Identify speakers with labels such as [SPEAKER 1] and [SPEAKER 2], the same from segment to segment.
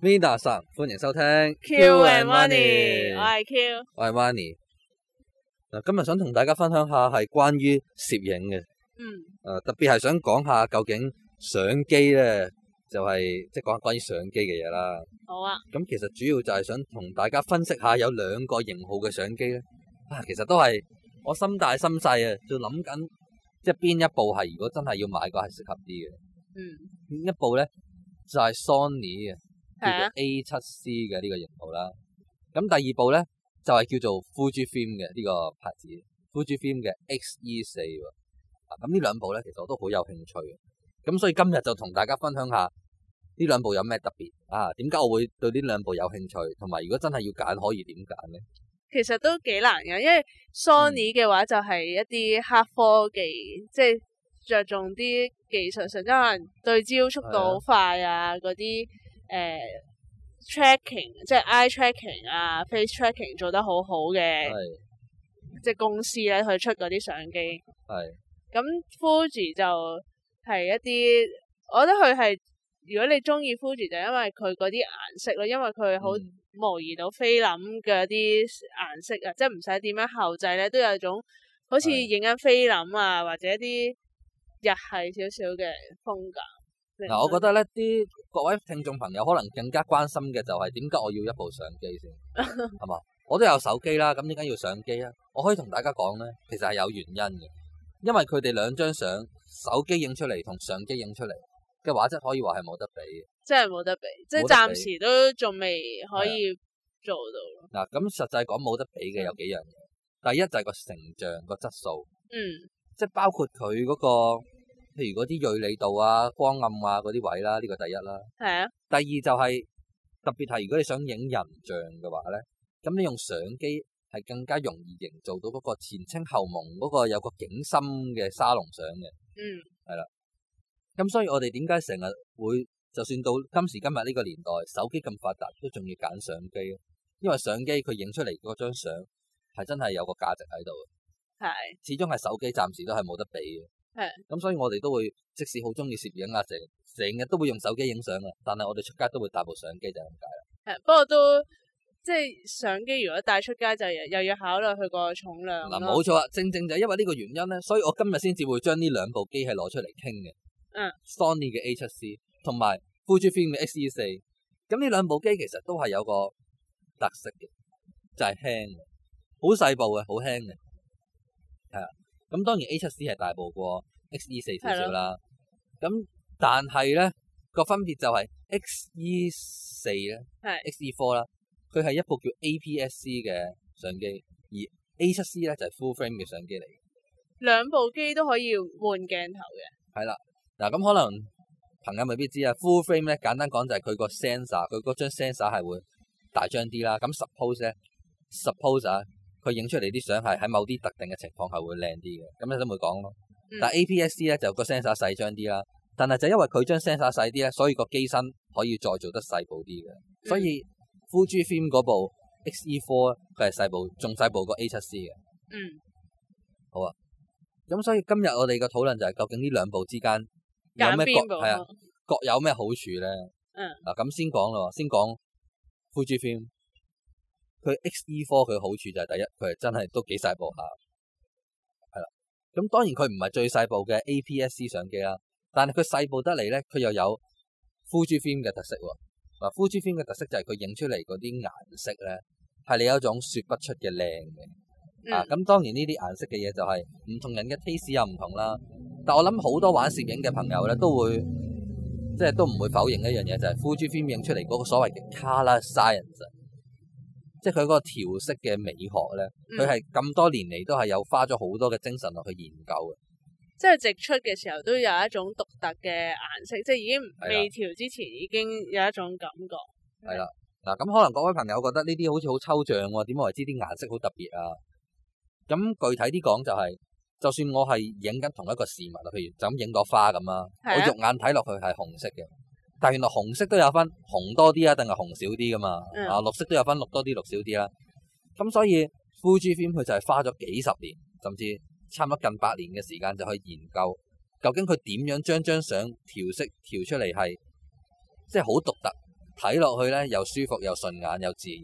[SPEAKER 1] Vida 十，歡迎收聽
[SPEAKER 2] Q and Money，我係 Q。
[SPEAKER 1] 我係 Money。嗱，今日想同大家分享下係關於攝影嘅，
[SPEAKER 2] 嗯，
[SPEAKER 1] 誒特別係想講下究竟相機咧，就係即係講下關於相機嘅嘢啦。
[SPEAKER 2] 好啊，
[SPEAKER 1] 咁其實主要就係想同大家分析下有兩個型號嘅相機咧，啊，其實都係我心大心細啊，就諗緊即係邊一部係如果真係要買嘅話係適合啲嘅。
[SPEAKER 2] 嗯，
[SPEAKER 1] 邊一部咧就係 Sony 嘅，叫
[SPEAKER 2] 係
[SPEAKER 1] 做
[SPEAKER 2] 啊
[SPEAKER 1] A 七 C 嘅呢個型號啦。咁第二部咧就係、叫做 Fujifilm 嘅呢個牌子，Fujifilm 嘅 XE 四喎。啊，咁呢兩部咧其實我都好有興趣嘅。咁所以今日就同大家分享下呢兩部有咩特別啊？點解我會對呢兩部有興趣？同埋如果真係要揀，可以點揀咧？
[SPEAKER 2] 其實都幾難嘅，因為 Sony 嘅話就係一啲黑科技，即係着重啲技術上，即係可能對焦速度好快啊，嗰啲誒 tracking，即係 eye tracking 啊，face tracking 做得好好嘅，
[SPEAKER 1] 係
[SPEAKER 2] 即係公司咧佢出嗰啲相機。
[SPEAKER 1] 係
[SPEAKER 2] 咁 Fuji 就係一啲，我覺得佢係如果你中意 Fuji 就因為佢嗰啲顏色咯，因為佢好
[SPEAKER 1] 嗯
[SPEAKER 2] 模擬到菲林嘅啲顏色啊，即係唔使點樣後製咧，都有種好似
[SPEAKER 1] 係
[SPEAKER 2] 影緊菲林啊，或者一啲日系少少嘅風格。
[SPEAKER 1] 嗱，我覺得咧啲各位聽眾朋友可能更加關心嘅就係點解我要一部相機先係嘛？我都有手機啦，咁點解要相機啊？我可以同大家講咧，其實係有原因嘅，因為佢哋兩張相手機影出嚟同相機影出嚟嘅畫質可以話係冇得比嘅。
[SPEAKER 2] 真係冇得比，即係
[SPEAKER 1] 冇得
[SPEAKER 2] 暫
[SPEAKER 1] 比啊
[SPEAKER 2] 時都仲未可以做到咯。
[SPEAKER 1] 嗱，咁實際講冇得比嘅有幾樣嘢，第一就係個成像個質素。
[SPEAKER 2] 嗯，
[SPEAKER 1] 即係包括佢嗰、個，譬如嗰啲鋭利度啊、光暗啊嗰啲位啦，呢、個第一啦。
[SPEAKER 2] 係啊，
[SPEAKER 1] 第二就係、特別係如果你想影人像嘅話咧，咁你用相機係更加容易營造到嗰個前清後朦嗰個有個景深嘅沙龍相嘅。
[SPEAKER 2] 嗯，
[SPEAKER 1] 咁所以我哋點解成日會就算到今時今日呢個年代，手機咁發達都仲要揀相機咧？因為相機佢影出嚟嗰張相係真係有個價值喺度嘅。
[SPEAKER 2] 係。
[SPEAKER 1] 始終係手機暫時都係冇得比嘅。
[SPEAKER 2] 係。
[SPEAKER 1] 咁所以我哋都會即使好中意攝影啊，成成日都會用手機影相啊，但係我哋出街都會帶部相機就係咁解啦。
[SPEAKER 2] 係，不過都即係相機，如果帶出街就又又要考慮佢個重量
[SPEAKER 1] 嗱，
[SPEAKER 2] 咯
[SPEAKER 1] 冇錯啊，正正就係因為呢個原因咧，所以我今日先至會將呢兩部機係攞出嚟傾嘅。
[SPEAKER 2] 嗯。
[SPEAKER 1] Sony 嘅 A 七 C 同埋 Fujifilm 嘅 XE 四，咁呢兩部機其實都係有個特色嘅，就係輕嘅，好細部嘅，好輕嘅。係啊，咁當然 A 七 C 係大部過 XE 四少少啦。咁但係咧個分別就係 XE 四咧
[SPEAKER 2] 係
[SPEAKER 1] ，XE four 啦，佢係一部叫 APS-C 嘅相機，而 A 七 C 咧就係 full frame 嘅相機嚟嘅。
[SPEAKER 2] 兩部機都可以換鏡頭嘅。
[SPEAKER 1] 嗱，咁可能朋友未必知啊，full frame 咧簡單講就係佢個 sensor，佢嗰張 sensor 係會大張啲啦。咁 suppose 咧，suppose 啊，佢影出嚟啲相係喺某啲特定嘅情況係會靚啲嘅，咁你都會講咯
[SPEAKER 2] 嗯。
[SPEAKER 1] 但 APS-C 咧就個 sensor 細張啲啦，但係就因為佢張 sensor 細啲咧，所以個機身可以再做得細部啲
[SPEAKER 2] 嗯
[SPEAKER 1] 嘅。所以 Fujifilm 嗰部 XE4 佢係細部，仲細部過 A7C 嘅。
[SPEAKER 2] 嗯，
[SPEAKER 1] 咁所以今日我哋嘅討論就係究竟呢兩部之間有
[SPEAKER 2] 揀
[SPEAKER 1] 咩
[SPEAKER 2] 邊
[SPEAKER 1] 各
[SPEAKER 2] 部
[SPEAKER 1] 係啊
[SPEAKER 2] 咯？
[SPEAKER 1] 各有咩好處咧？
[SPEAKER 2] 嗯
[SPEAKER 1] 嗱咁先講咯，先講 Fujifilm，佢 XE 科佢好處就係第一，佢係真係都幾細部下，係啦。咁當然佢唔係最細部嘅 APS-C 相機啦，但係佢細部得嚟咧，佢又有 Fujifilm 嘅特色喎。嗱，Fujifilm 嘅特色就係佢影出嚟嗰啲顏色咧，係你有一種說不出嘅靚嘅。
[SPEAKER 2] 嗯
[SPEAKER 1] 啊，咁當然呢啲顏色嘅嘢就係唔同人嘅 taste 又唔同啦。但我諗好多玩攝影嘅朋友咧，都會即係都唔會否認一樣嘢，就係 Fujifilm 影出嚟嗰個所謂嘅 colour science，即係佢嗰個調色嘅美學咧，
[SPEAKER 2] 嗯
[SPEAKER 1] 佢係咁多年嚟都係有花咗好多嘅精神落去研究嘅。
[SPEAKER 2] 即係直出嘅時候都有一種獨特嘅顏色，即係已經
[SPEAKER 1] 係啦啊
[SPEAKER 2] 未調之前已經有一種感覺。
[SPEAKER 1] 係啦，嗱咁可能各位朋友覺得呢啲好似好抽象喎，點為之啲顏色好特別啊？咁具體啲講就係、就算我係影緊同一個事物啊，譬如就咁影朵花咁啦，我
[SPEAKER 2] 係啊
[SPEAKER 1] 肉眼睇落去係紅色嘅，但原來紅色都有分紅多啲啊，定係紅少啲噶嘛？
[SPEAKER 2] 嗯
[SPEAKER 1] 啊，綠色都有分綠多啲、綠少啲啦。咁所以 Fujifilm 佢就係花咗幾十年，甚至差唔多近百年嘅時間就去研究，究竟佢點樣將張相調色調出嚟係即係好獨特。睇落去咧又舒服又順眼又自然，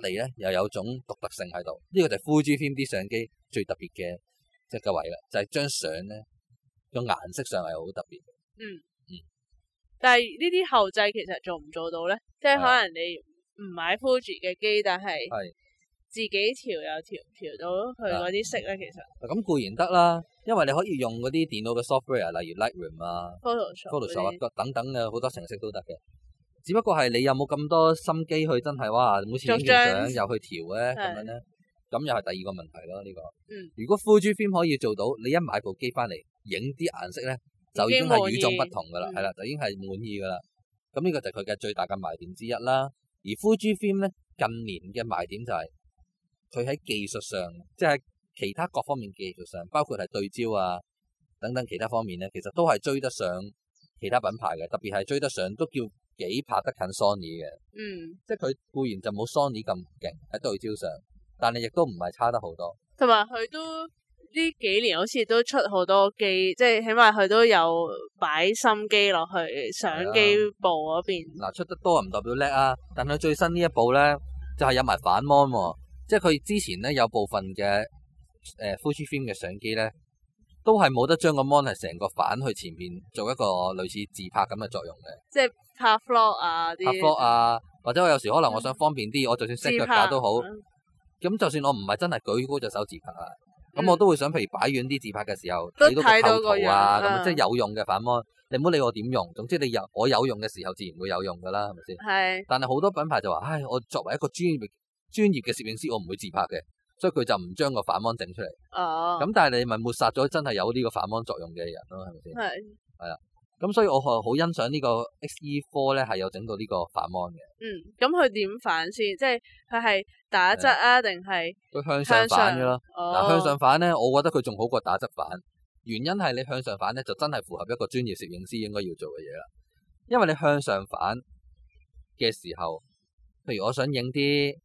[SPEAKER 1] 得嚟咧又有種獨特性喺度。呢、個就係 Fujifilm 啲相機最特別嘅即係個位啦，就係張相咧個顏色上係好特別。
[SPEAKER 2] 但係呢啲後製其實做唔做到咧？即係可
[SPEAKER 1] 係啊
[SPEAKER 2] 能你唔買 Fuji 嘅機，但係
[SPEAKER 1] 係啊
[SPEAKER 2] 自己調又調調到佢嗰啲色咧，其實
[SPEAKER 1] 咁固然得啦，因為你可以用嗰啲電腦嘅 software，例如 Lightroom 啊、
[SPEAKER 2] Photoshop 嗰
[SPEAKER 1] Photoshop 啊
[SPEAKER 2] 啲
[SPEAKER 1] 各等等嘅好多程式都得嘅。只不過係你有冇咁多心機去真係哇，每次影完相
[SPEAKER 2] 做張
[SPEAKER 1] 又去調咧咁
[SPEAKER 2] 係
[SPEAKER 1] 樣咧，咁又係第二個問題咯。呢、個
[SPEAKER 2] 嗯
[SPEAKER 1] 如果 Fujifilm 可以做到，你一買部機翻嚟影啲顏色咧，就已經係與眾不同噶啦，
[SPEAKER 2] 已
[SPEAKER 1] 係
[SPEAKER 2] 經滿意
[SPEAKER 1] 啦，就已經係滿意噶啦。咁呢個就係佢嘅最大嘅賣點之一啦。而 Fujifilm 咧近年嘅賣點就係佢喺技術上，即係喺其他各方面技術上，包括係對焦啊等等其他方面咧，其實都係追得上其他品牌嘅，特別係追得上都叫幾拍得近 Sony 嘅。
[SPEAKER 2] 嗯，
[SPEAKER 1] 即係佢固然就冇 Sony 咁勁喺對焦上，但係亦都唔係差得好多。
[SPEAKER 2] 同埋佢都呢幾年好似都出好多機，即係起碼佢都有擺心機落去相機部嗰邊。
[SPEAKER 1] 嗱，出得多唔代表叻啊，但佢最新呢一部咧就係、有埋反 mon 喎，即係佢之前咧有部分嘅誒、呃 Fujifilm 嘅相機咧，都係冇得將個 mon 係成個反去前面做一個類似自拍咁嘅作用嘅，
[SPEAKER 2] 即係拍 vlog 啊啲
[SPEAKER 1] 拍 vlog，啊，或者我有時可能我想方便啲，我就算 set 腳架都好，
[SPEAKER 2] 嗯
[SPEAKER 1] 咁就算我唔係真係舉高隻手自拍啊。咁
[SPEAKER 2] 嗯
[SPEAKER 1] 我都會想，譬如擺遠啲自拍嘅時候，
[SPEAKER 2] 都
[SPEAKER 1] 睇到
[SPEAKER 2] 睇到
[SPEAKER 1] 個
[SPEAKER 2] 個
[SPEAKER 1] 構圖
[SPEAKER 2] 樣
[SPEAKER 1] 啊，咁
[SPEAKER 2] 嗯
[SPEAKER 1] 即係有用嘅反 mon。你唔好理我點用，總之你有我有用嘅時候，自然會有用㗎啦，係咪先？
[SPEAKER 2] 係
[SPEAKER 1] 但係好多品牌就話：，唉，我作為一個專業專業嘅攝影師，我唔會自拍嘅，所以佢就唔將個反芒整出嚟。
[SPEAKER 2] 哦，
[SPEAKER 1] 咁、但係你咪抹殺咗真係有呢個反芒作用嘅人咯，係咪先？
[SPEAKER 2] 係
[SPEAKER 1] 咁所以我係好欣賞呢個 XE Four 咧，係有整到呢個反芒嘅，
[SPEAKER 2] 嗯，咁佢點反先？即係佢係打側啊，定係
[SPEAKER 1] 佢向上
[SPEAKER 2] 向
[SPEAKER 1] 反
[SPEAKER 2] 上
[SPEAKER 1] 嘅咯。嗱、
[SPEAKER 2] 哦，
[SPEAKER 1] 向上反咧，我覺得佢仲好過打側反。原因係你向上反咧，就真係符合一個專業攝影師應該要做嘅嘢啦。因為你向上反嘅時候，譬如我想影啲，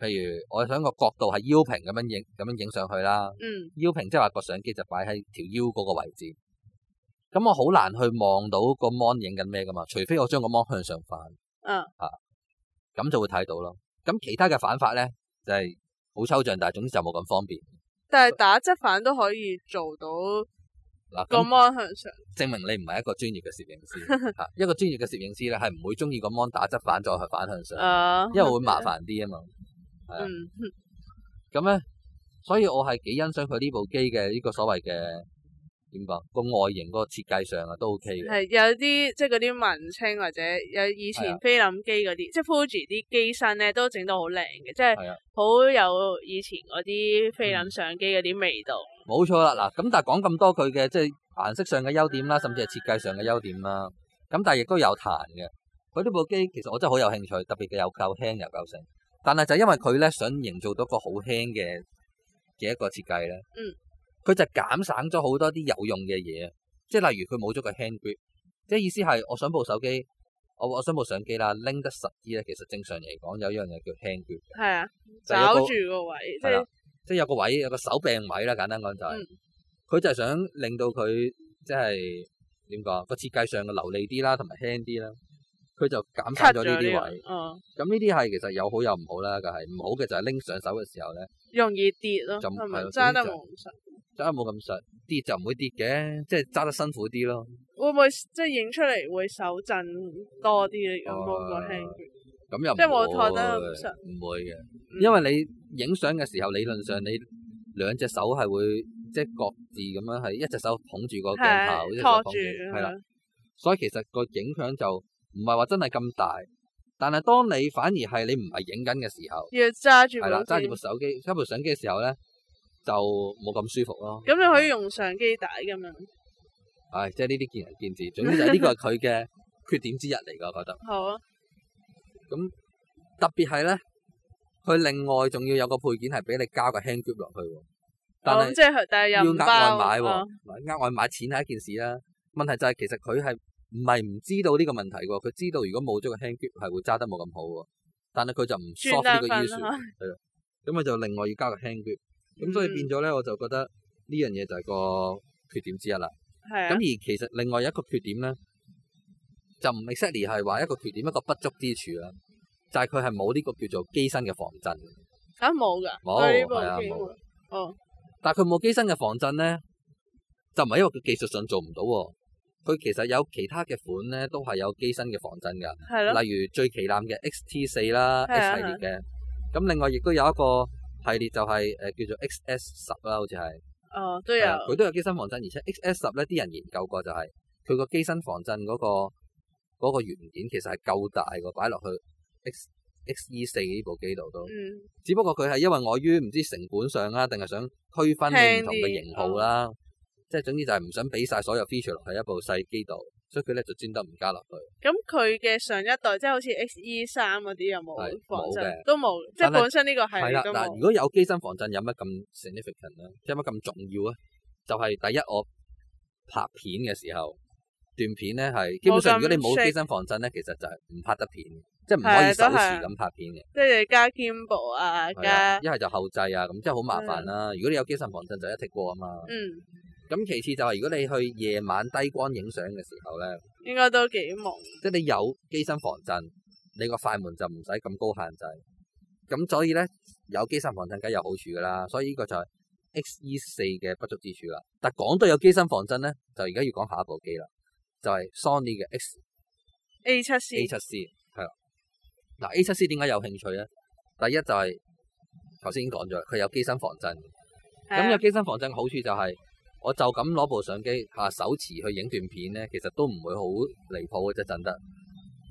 [SPEAKER 1] 譬如我想個角度係腰平咁樣影，咁樣影上去啦。
[SPEAKER 2] 嗯
[SPEAKER 1] 腰平即係話個相機就擺喺條腰嗰個位置。咁我好難去望到個 mon 影緊咩噶嘛，除非我將個 mon 向上反，啊
[SPEAKER 2] 嗯
[SPEAKER 1] 咁就會睇到咯。咁其他嘅反法咧就係、好抽象，但係總之就冇咁方便。
[SPEAKER 2] 但係打側反都可以做到
[SPEAKER 1] 嗱，
[SPEAKER 2] 個
[SPEAKER 1] 咁
[SPEAKER 2] mon 向上，
[SPEAKER 1] 證明你唔係一個專業嘅攝影 師。嚇一個專業嘅攝影師咧係唔會中意個 mon 打側反再去反向上，
[SPEAKER 2] 啊，
[SPEAKER 1] 因為會麻煩啲啊嘛。係啊
[SPEAKER 2] 嗯，
[SPEAKER 1] 咁咧，所以我係幾欣賞佢呢部機嘅呢個所謂嘅點講個外形個設計上啊都 OK 嘅。
[SPEAKER 2] 係有啲即係嗰啲文青或者有以
[SPEAKER 1] 係
[SPEAKER 2] 前
[SPEAKER 1] 啊
[SPEAKER 2] 菲林機嗰啲，即係 Fuji 啲機身咧都整到好靚嘅，即係
[SPEAKER 1] 係啊嗯
[SPEAKER 2] 好有以前嗰啲菲林相機嗰啲味道。
[SPEAKER 1] 冇錯啦，嗱咁但係講咁多佢嘅即係顏色上嘅優點啦，甚至係設計上嘅優點啦，咁但係亦都有彈嘅。佢呢部機其實我真係好有興趣，特別嘅又夠輕又夠性。但係就因為佢咧想營造到個好輕嘅嘅一個設計咧，
[SPEAKER 2] 嗯，
[SPEAKER 1] 佢就減省咗好多啲有用嘅嘢，即係例如佢冇咗個 hand grip，即係意思係我想部手機，我我想部相機啦，拎得實啲咧，其實正常嚟講有一樣嘢叫 hand grip。
[SPEAKER 2] 係啊，
[SPEAKER 1] 就有
[SPEAKER 2] 找
[SPEAKER 1] 個
[SPEAKER 2] 住個位，即
[SPEAKER 1] 係啦
[SPEAKER 2] 係，
[SPEAKER 1] 即係有個位有個手柄位啦，簡單講就係、
[SPEAKER 2] 嗯
[SPEAKER 1] 佢就係想令到佢即係點講個設計上嘅流利啲啦，同埋輕啲啦，佢就減
[SPEAKER 2] ，cut
[SPEAKER 1] 低
[SPEAKER 2] 咗
[SPEAKER 1] 咗呢
[SPEAKER 2] 呢
[SPEAKER 1] 啲
[SPEAKER 2] 個
[SPEAKER 1] 位。，
[SPEAKER 2] 嗯，
[SPEAKER 1] 咁呢啲係其實有好有唔好啦，就係唔好嘅就係拎上手嘅時候咧，
[SPEAKER 2] 容易跌咯，
[SPEAKER 1] 咁
[SPEAKER 2] 係咪
[SPEAKER 1] 係咯
[SPEAKER 2] 揸得
[SPEAKER 1] 總之就
[SPEAKER 2] 冇咁實？
[SPEAKER 1] 揸得冇咁實，跌就唔會跌嘅，即係揸得辛苦啲咯。
[SPEAKER 2] 會唔會即係影出嚟會手震多啲？咁冇個
[SPEAKER 1] 哦
[SPEAKER 2] hand grip
[SPEAKER 1] 咁又唔
[SPEAKER 2] 即係嗯冇托得
[SPEAKER 1] 會
[SPEAKER 2] 唔實
[SPEAKER 1] 唔會嘅，因為你影相嘅時候理論上你兩隻手係會即係各自咁樣係一隻手捧住個鏡頭，一隻手
[SPEAKER 2] 係托
[SPEAKER 1] 捧
[SPEAKER 2] 住嗯
[SPEAKER 1] 住
[SPEAKER 2] 咁
[SPEAKER 1] 係啦。
[SPEAKER 2] 樣，
[SPEAKER 1] 所以其實個影響就唔係話真係咁大，但係當你反而係你唔係影緊嘅時候，
[SPEAKER 2] 要揸住
[SPEAKER 1] 係啦，揸住部
[SPEAKER 2] 部機。
[SPEAKER 1] 手機、揸部相機嘅時候咧，就冇咁舒服咯。
[SPEAKER 2] 咁你可以用相機帶咁樣，
[SPEAKER 1] 唉，即係呢啲見仁見智，總之就係呢個係佢嘅缺點之一嚟㗎，我覺得。
[SPEAKER 2] 好啊，
[SPEAKER 1] 特別係咧，佢另外仲要有個配件係俾你加個 hand grip 落去喎，但
[SPEAKER 2] 咁
[SPEAKER 1] 係
[SPEAKER 2] 哦即係但係
[SPEAKER 1] 要
[SPEAKER 2] 又唔
[SPEAKER 1] 額
[SPEAKER 2] 包
[SPEAKER 1] 外買
[SPEAKER 2] 啊
[SPEAKER 1] 喎，額外買錢係一件事啦。問題就係其實佢係唔係唔知道呢個問題喎？佢知道如果冇咗個 hand grip 係會揸得冇咁好喎，但係佢就唔 solve 呢個
[SPEAKER 2] 專登
[SPEAKER 1] issue，
[SPEAKER 2] 瞓啊
[SPEAKER 1] 係啊，咁佢就另外要加個 hand grip，咁所以
[SPEAKER 2] 嗯
[SPEAKER 1] 變咗咧，我就覺得呢樣嘢就係個缺點之一啦。
[SPEAKER 2] 係
[SPEAKER 1] 咁
[SPEAKER 2] 啊
[SPEAKER 1] 而其實另外一個缺點咧，就唔 exactly 係話一個缺點一個不足之處啦，就係佢係冇呢個叫做機身嘅防震，
[SPEAKER 2] 啊冇㗎，
[SPEAKER 1] 冇
[SPEAKER 2] 對呢部
[SPEAKER 1] 係啊
[SPEAKER 2] 機
[SPEAKER 1] 冇
[SPEAKER 2] 會，哦，
[SPEAKER 1] 但係佢冇機身嘅防震咧，就唔係因為佢技術上做唔到喎，佢其實有其他嘅款咧都係有機身嘅防震㗎。
[SPEAKER 2] 係咯，
[SPEAKER 1] 例如最旗艦嘅 XT 四啦
[SPEAKER 2] 係啊
[SPEAKER 1] ，X 系列嘅。咁另外亦都有一個系列就係、誒、叫做 XS 十啦，好似係。
[SPEAKER 2] 哦都有
[SPEAKER 1] 係啊，佢都有機身防震，而且 XS 十咧啲人研究過就係佢個機身防震嗰、個嗰、個元件其實係夠大個，擺落去 X XE 四呢部機度都。
[SPEAKER 2] 嗯
[SPEAKER 1] 只不過佢係因為礙於唔知成本上啦，定係想區分你唔同嘅型號啦，即係總之就係唔想俾晒所有 feature 落喺一部細機度，所以佢咧就專登唔加落去。
[SPEAKER 2] 咁佢嘅上一代即係好似 XE 三嗰啲有
[SPEAKER 1] 係
[SPEAKER 2] 冇防
[SPEAKER 1] 冇
[SPEAKER 2] 震
[SPEAKER 1] 嘅
[SPEAKER 2] 都冇，即係
[SPEAKER 1] 但係
[SPEAKER 2] 本身呢個系
[SPEAKER 1] 係
[SPEAKER 2] 列
[SPEAKER 1] 啦，
[SPEAKER 2] 都
[SPEAKER 1] 嗱，如
[SPEAKER 2] 冇，
[SPEAKER 1] 果有機身防震有乜咁 significant 咧？有乜咁重要啊？就係、第一，我拍片嘅時候，段片咧係基本上，
[SPEAKER 2] 冇
[SPEAKER 1] 如
[SPEAKER 2] 咁
[SPEAKER 1] 果你冇
[SPEAKER 2] shake
[SPEAKER 1] 機身防震咧，其實就係唔拍得片嘅，即係唔
[SPEAKER 2] 係
[SPEAKER 1] 可以手
[SPEAKER 2] 都係
[SPEAKER 1] 持咁拍片嘅。
[SPEAKER 2] 即係你加 gimbal 啊，
[SPEAKER 1] 係啊，
[SPEAKER 2] 加
[SPEAKER 1] 一係就後製啊，咁即係好麻煩啦。如果你有機身防震就一剔過啊嘛。
[SPEAKER 2] 嗯
[SPEAKER 1] 咁其次就係如果你去夜晚低光影相嘅時候咧，
[SPEAKER 2] 應該都幾忙，
[SPEAKER 1] 即係你有機身防震，你個快門就唔使咁高限制。咁所以咧，有機身防震梗有好處噶啦，所以呢個就係 XE 四嘅不足之處啦。但講到有機身防震咧，就而家要講下一部機啦，就係、Sony 嘅 X
[SPEAKER 2] A 七 C
[SPEAKER 1] A 七 C 係啦。嗱 A 七 C 點解有興趣咧？第一就係頭先已經講咗，佢有機身防震。
[SPEAKER 2] 係啊
[SPEAKER 1] 咁有機身防震好處就係、我就咁攞部相機嚇、手持去影段片咧，其實都唔會好離譜嘅啫，震得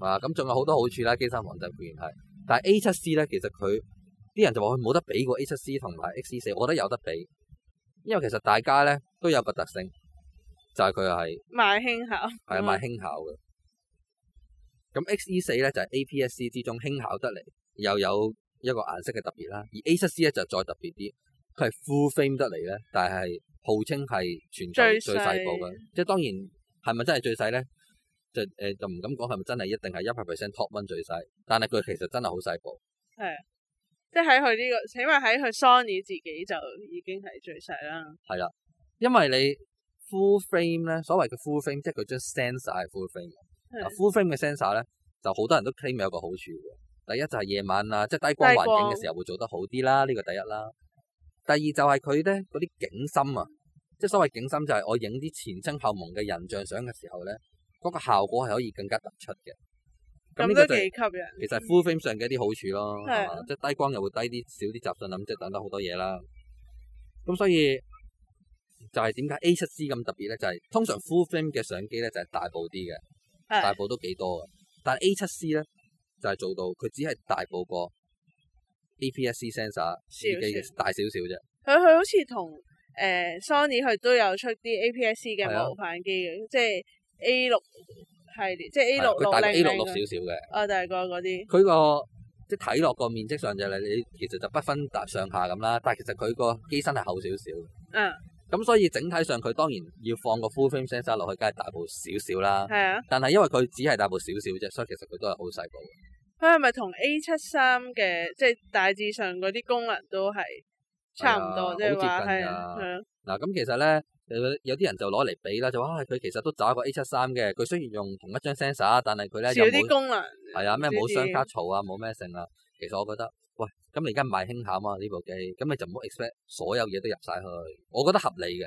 [SPEAKER 1] 啊！咁仲有好多好處啦，機身防震固然係，但係 A 七 C 咧，其實佢啲人就話佢冇得比過 A 七 C 同埋 X 四，我覺得有得比，因為其實大家咧都有個特性，就係佢係
[SPEAKER 2] 賣輕巧，
[SPEAKER 1] 係
[SPEAKER 2] 嗯
[SPEAKER 1] 賣輕巧嘅。咁 XE 四咧就係 APS-C 之中輕巧得嚟，又有一個顏色嘅特別啦。而 A 七 C 咧就再特別啲，佢係 full frame 得嚟咧，但係號稱係全球
[SPEAKER 2] 最細
[SPEAKER 1] 最細部嘅。即係當然係咪真係最細咧？就誒、就唔敢講係咪真係一定係一百 percent top one 最細，但係佢其實真係好細部。
[SPEAKER 2] 即係喺佢呢個，起碼喺佢 Sony 自己就已經係最細啦。
[SPEAKER 1] 因為你 full frame 咧，所謂嘅 full frame 即係佢將 sensor 係 full frame 嘅。
[SPEAKER 2] 係
[SPEAKER 1] 嗱 full frame 嘅 sensor 咧，就好多人都 claim 有個好處嘅。第一就係夜晚啊，即係低光環境嘅時候會做得好啲啦，呢、個第一啦。第二就係佢咧嗰啲景深啊，即係所謂景深就係我影啲前清後蒙嘅人像相嘅時候咧，嗰、個效果係可以更加突出嘅。咁呢
[SPEAKER 2] 咁
[SPEAKER 1] 個
[SPEAKER 2] 都
[SPEAKER 1] 就係
[SPEAKER 2] 幾吸引。
[SPEAKER 1] 其實係 full frame 上嘅一啲好處咯，係
[SPEAKER 2] 係
[SPEAKER 1] 嘛？即係低光又會低啲少啲雜訊咁，即係等得好多嘢啦。咁所以就係點解 A 七 C 咁特別咧？就係、通常 full frame 嘅相機咧就係大部啲嘅，
[SPEAKER 2] 係
[SPEAKER 1] 大部都幾多嘅。但係 A 七 C 咧就係、做到佢只係大部過 APS-C sensor
[SPEAKER 2] 少
[SPEAKER 1] 呢機嘅大少少啫。
[SPEAKER 2] 佢佢好似同誒 Sony 佢都有出啲 APS-C 嘅
[SPEAKER 1] 係啊
[SPEAKER 2] 模範機嘅，即係 A 六系列，即係 A
[SPEAKER 1] 係啊
[SPEAKER 2] 六
[SPEAKER 1] 佢
[SPEAKER 2] 六
[SPEAKER 1] 大過 A
[SPEAKER 2] 零
[SPEAKER 1] 六六少
[SPEAKER 2] 零
[SPEAKER 1] 少嘅，
[SPEAKER 2] 啊，大個嗰啲
[SPEAKER 1] 佢個。即係睇落個面積上就係你其實就不分搭上下咁啦，但係其實佢個機身係厚少少嘅。
[SPEAKER 2] 嗯
[SPEAKER 1] 咁所以整體上佢當然要放個 full frame sensor 落去，梗係大部少少啦。
[SPEAKER 2] 係啊。
[SPEAKER 1] 但係因為佢只係大部少少啫，所以其實佢都係好細部嘅。
[SPEAKER 2] 佢係咪同 A 七三嘅即係大致上嗰啲功能都係差唔多，即
[SPEAKER 1] 係啊好
[SPEAKER 2] 係話
[SPEAKER 1] 接近㗎
[SPEAKER 2] 係啊係啊
[SPEAKER 1] 嗱，咁其實咧，有有啲人就攞嚟比啦，就話啊佢其實都找一個 A 七三嘅，佢雖然用同一張 sensor，但係佢咧
[SPEAKER 2] 少
[SPEAKER 1] 又
[SPEAKER 2] 啲
[SPEAKER 1] 冇
[SPEAKER 2] 功能。
[SPEAKER 1] 係啊咩冇
[SPEAKER 2] 少
[SPEAKER 1] 雙
[SPEAKER 2] 啲
[SPEAKER 1] 卡槽啊，冇咩剩啊。其實我覺得，喂，咁你而家賣輕巧嘛呢部機，咁你就唔好 expect 所有嘢都入晒去，我覺得合理嘅。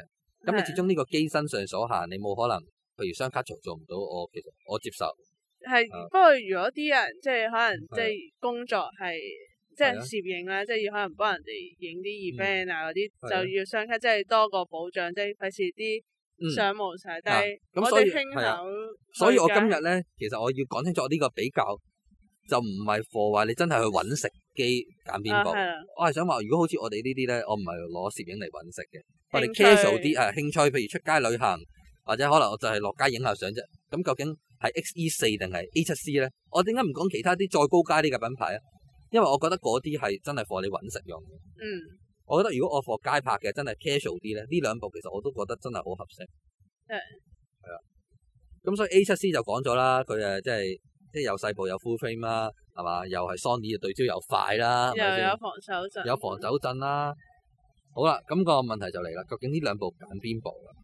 [SPEAKER 1] 咁你
[SPEAKER 2] 係
[SPEAKER 1] 始終呢個機身上所限，你冇可能，譬如雙卡槽做唔到，我其實我接受。
[SPEAKER 2] 係，
[SPEAKER 1] 啊嗯
[SPEAKER 2] 不過如果啲人即係可能
[SPEAKER 1] 係
[SPEAKER 2] 即係工作係即係
[SPEAKER 1] 係啊嗯
[SPEAKER 2] 攝影啦，即係要可能幫人哋影啲 event 啊嗰
[SPEAKER 1] 係
[SPEAKER 2] 啲，
[SPEAKER 1] 啊
[SPEAKER 2] 就要相卡，即係多個保障，即係費事
[SPEAKER 1] 嗯
[SPEAKER 2] 啲上無晒。但
[SPEAKER 1] 啊
[SPEAKER 2] 係
[SPEAKER 1] 咁
[SPEAKER 2] 我
[SPEAKER 1] 所
[SPEAKER 2] 哋
[SPEAKER 1] 以
[SPEAKER 2] 輕
[SPEAKER 1] 係啊
[SPEAKER 2] 巧，
[SPEAKER 1] 所以我今
[SPEAKER 2] 啊
[SPEAKER 1] 日咧，其實我要講清楚呢個比較，就唔係 for 話你真係去揾食機揀邊
[SPEAKER 2] 啊
[SPEAKER 1] 部。
[SPEAKER 2] 係啊
[SPEAKER 1] 我係想話，如果好似我哋呢啲咧，我唔係攞攝影嚟揾食嘅，我哋
[SPEAKER 2] 興趣
[SPEAKER 1] casual 啲啊，興趣，譬如出街旅行，或者可能我就係落街影下相啫。咁究竟係 XE 四定係 A 七 C 咧？我點解唔講其他啲再高階啲嘅品牌啊？因為我覺得嗰啲係真係 for 你揾食用嘅。
[SPEAKER 2] 嗯
[SPEAKER 1] 我覺得如果我 for 街拍嘅真係 casual 啲咧，呢兩部其實我都覺得真係好合適。
[SPEAKER 2] 係
[SPEAKER 1] 係啊，咁所以 A 七 C 就講咗啦，佢誒即係即係又細部又 full frame 啦，係嘛？又係 Sony 嘅對焦又快啦，係咪
[SPEAKER 2] 又
[SPEAKER 1] 先
[SPEAKER 2] 有防手震，
[SPEAKER 1] 有防走震啦。好啦，咁、個問題就嚟啦，究竟呢兩部揀邊部啦？啊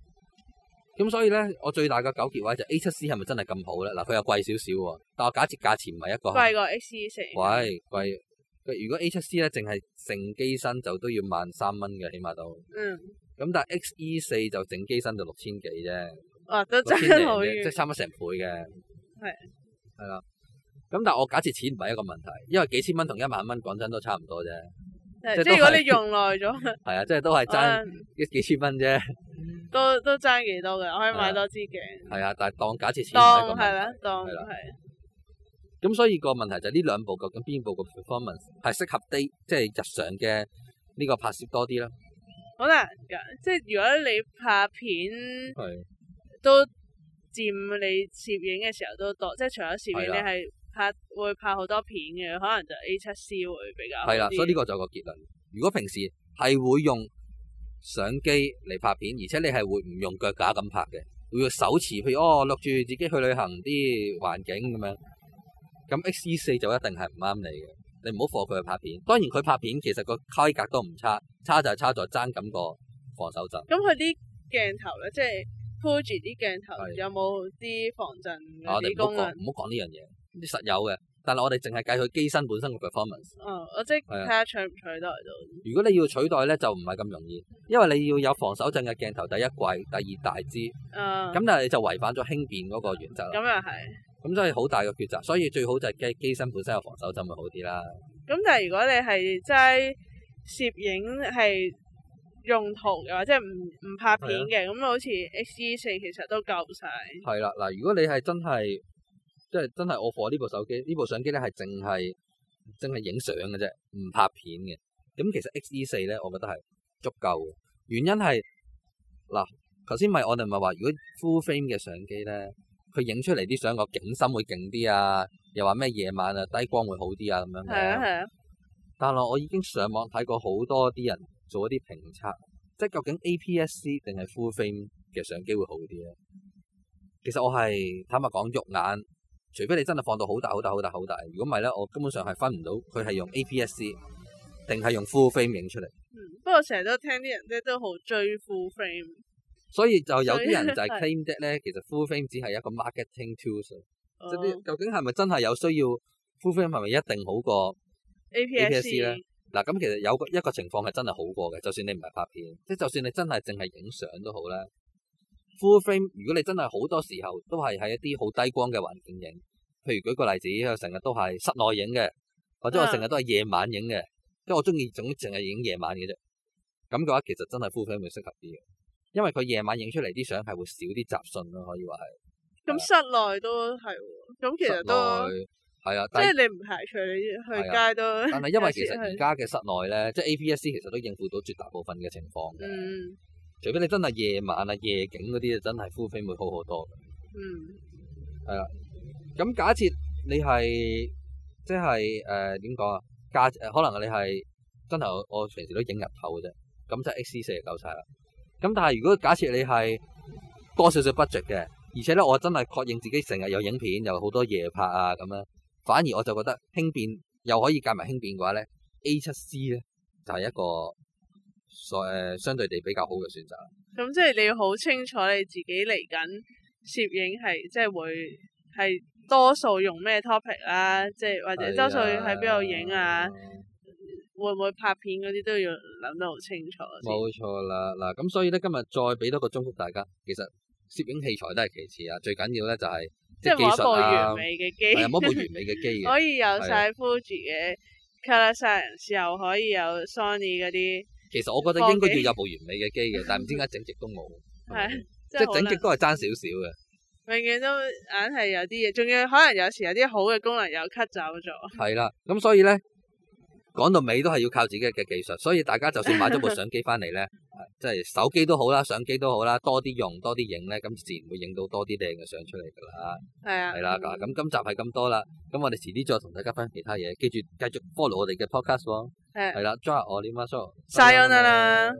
[SPEAKER 1] 咁所以咧，我最大嘅糾結位就 A 七 C 係咪真係咁好咧？嗱，佢又貴少少喎，但我假設價錢唔係一個
[SPEAKER 2] 貴過 XE 四，
[SPEAKER 1] 喂，貴。佢如果 A 七 C 咧，淨係成機身就都要萬三蚊嘅，起碼都。
[SPEAKER 2] 嗯，
[SPEAKER 1] 咁但係 XE 四就整機身就六千幾 啫，
[SPEAKER 2] 哇，都
[SPEAKER 1] 六
[SPEAKER 2] 真
[SPEAKER 1] 千
[SPEAKER 2] 係好
[SPEAKER 1] 幾啫即係
[SPEAKER 2] 遠，
[SPEAKER 1] 差唔多成倍嘅。
[SPEAKER 2] 係。
[SPEAKER 1] 係啦。咁但係我假設錢唔係一個問題，因為幾千蚊同一萬蚊講真都差唔多啫。
[SPEAKER 2] 係
[SPEAKER 1] 即
[SPEAKER 2] 即
[SPEAKER 1] 係
[SPEAKER 2] 係如果
[SPEAKER 1] 都係
[SPEAKER 2] 你用耐咗，
[SPEAKER 1] 係啊，即係都 係爭
[SPEAKER 2] 可能
[SPEAKER 1] 幾幾千蚊啫。
[SPEAKER 2] 都都爭幾多嘅，我可以
[SPEAKER 1] 係啊
[SPEAKER 2] 買多支鏡，
[SPEAKER 1] 係啊，但係當假設錢唔係一個
[SPEAKER 2] 當
[SPEAKER 1] 問
[SPEAKER 2] 係
[SPEAKER 1] 題。
[SPEAKER 2] 啦，當
[SPEAKER 1] 係啦
[SPEAKER 2] 係。
[SPEAKER 1] 咁所以個問題就係呢兩部究竟邊部個 performance 係適合 day 即係日常嘅呢個拍攝多啲啦。
[SPEAKER 2] 好難㗎，即係如果你拍片
[SPEAKER 1] 係
[SPEAKER 2] 都佔你攝影嘅時候都多，即係除咗攝
[SPEAKER 1] 係
[SPEAKER 2] 影，
[SPEAKER 1] 啦
[SPEAKER 2] 你係拍會拍好多片嘅，可能就 A 七 C 會比較好
[SPEAKER 1] 係啦，
[SPEAKER 2] 啲
[SPEAKER 1] 所以呢個就有個結論。如果平時係會用相機嚟拍片，而且你係會唔用腳架咁拍嘅，會用手持，譬如哦，錄住自己去旅行啲環境咁樣。咁 X 四就一定係唔啱你嘅，你唔好放佢去拍片。當然佢拍片其實個規格都唔差，差就係差在爭咁個防手震。
[SPEAKER 2] 咁佢啲鏡頭咧，即係 Fuji 啲鏡頭
[SPEAKER 1] 係啊
[SPEAKER 2] 有冇啲防震
[SPEAKER 1] 我
[SPEAKER 2] 嗰
[SPEAKER 1] 哋
[SPEAKER 2] 啲
[SPEAKER 1] 唔好
[SPEAKER 2] 功
[SPEAKER 1] 講
[SPEAKER 2] 能？
[SPEAKER 1] 唔好講呢樣嘢，呢實有嘅。但係我哋淨係計佢機身本身嘅 performance。
[SPEAKER 2] 哦，我即係
[SPEAKER 1] 係啊
[SPEAKER 2] 睇下取唔取代到。
[SPEAKER 1] 如果你要取代咧，就唔係咁容易，因為你要有防手震嘅鏡頭，第一貴，第二大支。
[SPEAKER 2] 嗯，
[SPEAKER 1] 咁但係你就違反咗輕便嗰個原則
[SPEAKER 2] 咁
[SPEAKER 1] 啦。
[SPEAKER 2] 又係。
[SPEAKER 1] 咁所以好大嘅抉擇，所以最好就係機機身本身有防手震會好啲啦。
[SPEAKER 2] 咁但係如果你係齋攝影係用途嘅話，即係唔唔拍
[SPEAKER 1] 啊
[SPEAKER 2] 片嘅，咁好似 XE 四其實都夠晒。
[SPEAKER 1] 係啦，嗱，如果你係真係即係真係我貨呢部手機，呢部相機咧係淨係淨係影相嘅啫，唔拍片嘅。咁其實 XE 四咧，我覺得係足夠嘅。原因係嗱，頭先咪我哋咪話，如果 full frame 嘅相機咧，佢影出嚟啲相個景深會勁啲啊，又話咩夜晚啊低光會好啲啊咁樣嘅。
[SPEAKER 2] 係啊係啊，
[SPEAKER 1] 但係我已經上網睇過好多啲人做一啲評測，即係究竟 APS-C 定係 full frame 嘅相機會好啲咧？其實我係坦白講，肉眼除非你真係放到好大好大好大好大，如果唔係咧，我根本上係分唔到佢係用 APS-C 定係用 full frame 影出嚟。
[SPEAKER 2] 嗯不過成日都聽啲人咧都好追 full frame。
[SPEAKER 1] 所以就有啲人就係
[SPEAKER 2] 所以
[SPEAKER 1] claim that 咧，其實 full frame 只係一個 marketing tools，啊
[SPEAKER 2] 哦
[SPEAKER 1] 即係啲究竟係咪真係有需要 full frame 係咪一定好過？APS-C
[SPEAKER 2] APS-C
[SPEAKER 1] 咧嗱，咁其實有個一個情況係真係好過嘅，就算你唔係拍片，即係就算你真係淨係影相都好啦。Full frame，如果你真係好多時候都係喺一啲好低光嘅環境影，譬如舉個例子，我成日都係室內影嘅，或者我
[SPEAKER 2] 嗯
[SPEAKER 1] 成日都係夜晚影嘅，即係我中意總淨係影夜晚嘅啫。咁嘅話，其實真係 full frame 會適合啲嘅，因為佢夜晚影出嚟啲相係會少啲雜訊咯，可以話係。啊
[SPEAKER 2] 咁室內都係喎，咁其實
[SPEAKER 1] 室
[SPEAKER 2] 都
[SPEAKER 1] 內係啊，
[SPEAKER 2] 即
[SPEAKER 1] 但係
[SPEAKER 2] 係你唔排除你去
[SPEAKER 1] 係啊
[SPEAKER 2] 街都
[SPEAKER 1] 但係因為其
[SPEAKER 2] 有時
[SPEAKER 1] 實而
[SPEAKER 2] 去
[SPEAKER 1] 家嘅室內咧，即係 APS-C 其實都應付到絕大部分嘅情況嘅。
[SPEAKER 2] 嗯
[SPEAKER 1] 除非你真係夜晚啊、夜景嗰啲，就真係 full frame 會好好多嘅。
[SPEAKER 2] 嗯
[SPEAKER 1] 咁假設你係即係誒點講啊？價誒可能你係真係我我平時都影日頭嘅啫，咁就 X 四就夠晒啦。咁但係如果假設你係多少少 budget 嘅，而且咧我真係確認自己成日有影片，有好多夜拍啊咁樣，反而我就覺得輕便又可以夾埋輕便嘅話咧，A 七 C 咧就係、一個所誒、呃相對地比較好嘅選擇。
[SPEAKER 2] 咁即係你要好清楚你自己嚟緊攝影係即係會係多數用咩 topic 啦，即
[SPEAKER 1] 啊
[SPEAKER 2] 係或者多數喺邊度影啊，
[SPEAKER 1] 係啊
[SPEAKER 2] 會唔會拍片嗰啲都要諗得好清楚先。
[SPEAKER 1] 冇錯啦，嗱咁所以咧，今日再俾多個忠告大家，其實攝影器材都係其次啊，最緊要咧就係
[SPEAKER 2] 即係
[SPEAKER 1] 技
[SPEAKER 2] 冇一部
[SPEAKER 1] 術啊
[SPEAKER 2] 完，美嘅
[SPEAKER 1] 係啊冇一部
[SPEAKER 2] 機，
[SPEAKER 1] 完美嘅機 嘅，啊
[SPEAKER 2] 可以有晒 Fuji 嘅 Color Science，又可以有 Sony 嗰啲，
[SPEAKER 1] 其實我覺得應該要有部完美嘅機嘅，但係唔知點解整極都冇， 嗯
[SPEAKER 2] 係
[SPEAKER 1] 即
[SPEAKER 2] 即係
[SPEAKER 1] 係
[SPEAKER 2] 好
[SPEAKER 1] 整
[SPEAKER 2] 難
[SPEAKER 1] 極都係爭少少嘅，
[SPEAKER 2] 永遠都硬係有啲嘢，仲要可能有時有啲好嘅功能又 cut 走咗。
[SPEAKER 1] 係啦，咁所以咧講到尾都係要靠自己嘅技術，所以大家就算買咗部相機翻嚟咧， 啊即係手機都好啦，相機都好啦，多啲用多啲影咧，咁自然會影到多啲靚嘅相出嚟㗎啦。
[SPEAKER 2] 係啊，
[SPEAKER 1] 係啦，嗱，咁今集係咁多啦，咁我哋遲啲再同大家分享其他嘢，記住繼續 follow 我哋嘅 podcast 喎，
[SPEAKER 2] 係
[SPEAKER 1] 係啦，join 我哋 m a s h o
[SPEAKER 2] 晒恩啦。